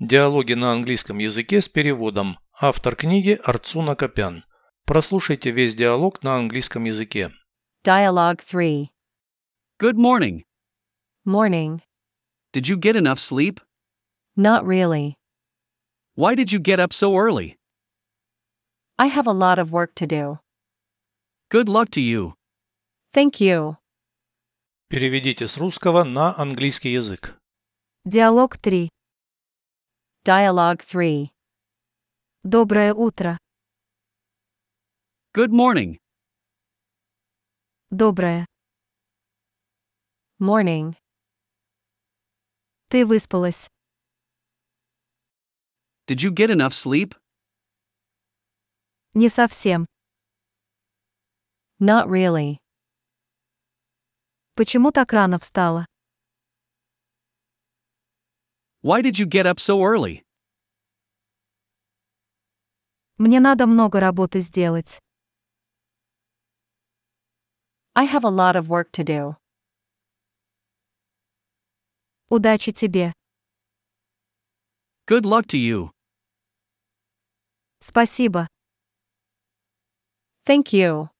Диалоги на английском языке с переводом. Автор книги Арцуна Копян. Прослушайте весь диалог на английском языке. Dialogue 3. Good morning. Morning. Did you get enough sleep? Not really. Why did you get up so early? I have a lot of work to do. Good luck to you. Thank you. Переведите с русского на английский язык. Диалог 3. Dialogue 3. Доброе утро. Good morning. Доброе. Morning. Ты выспалась. Did you get enough sleep? Не совсем. Not really. Почему так рано встала? Why did you get up so early? Мне надо много работы сделать. I have a lot of work to do. Удачи тебе. Good luck to you. Спасибо. Thank you.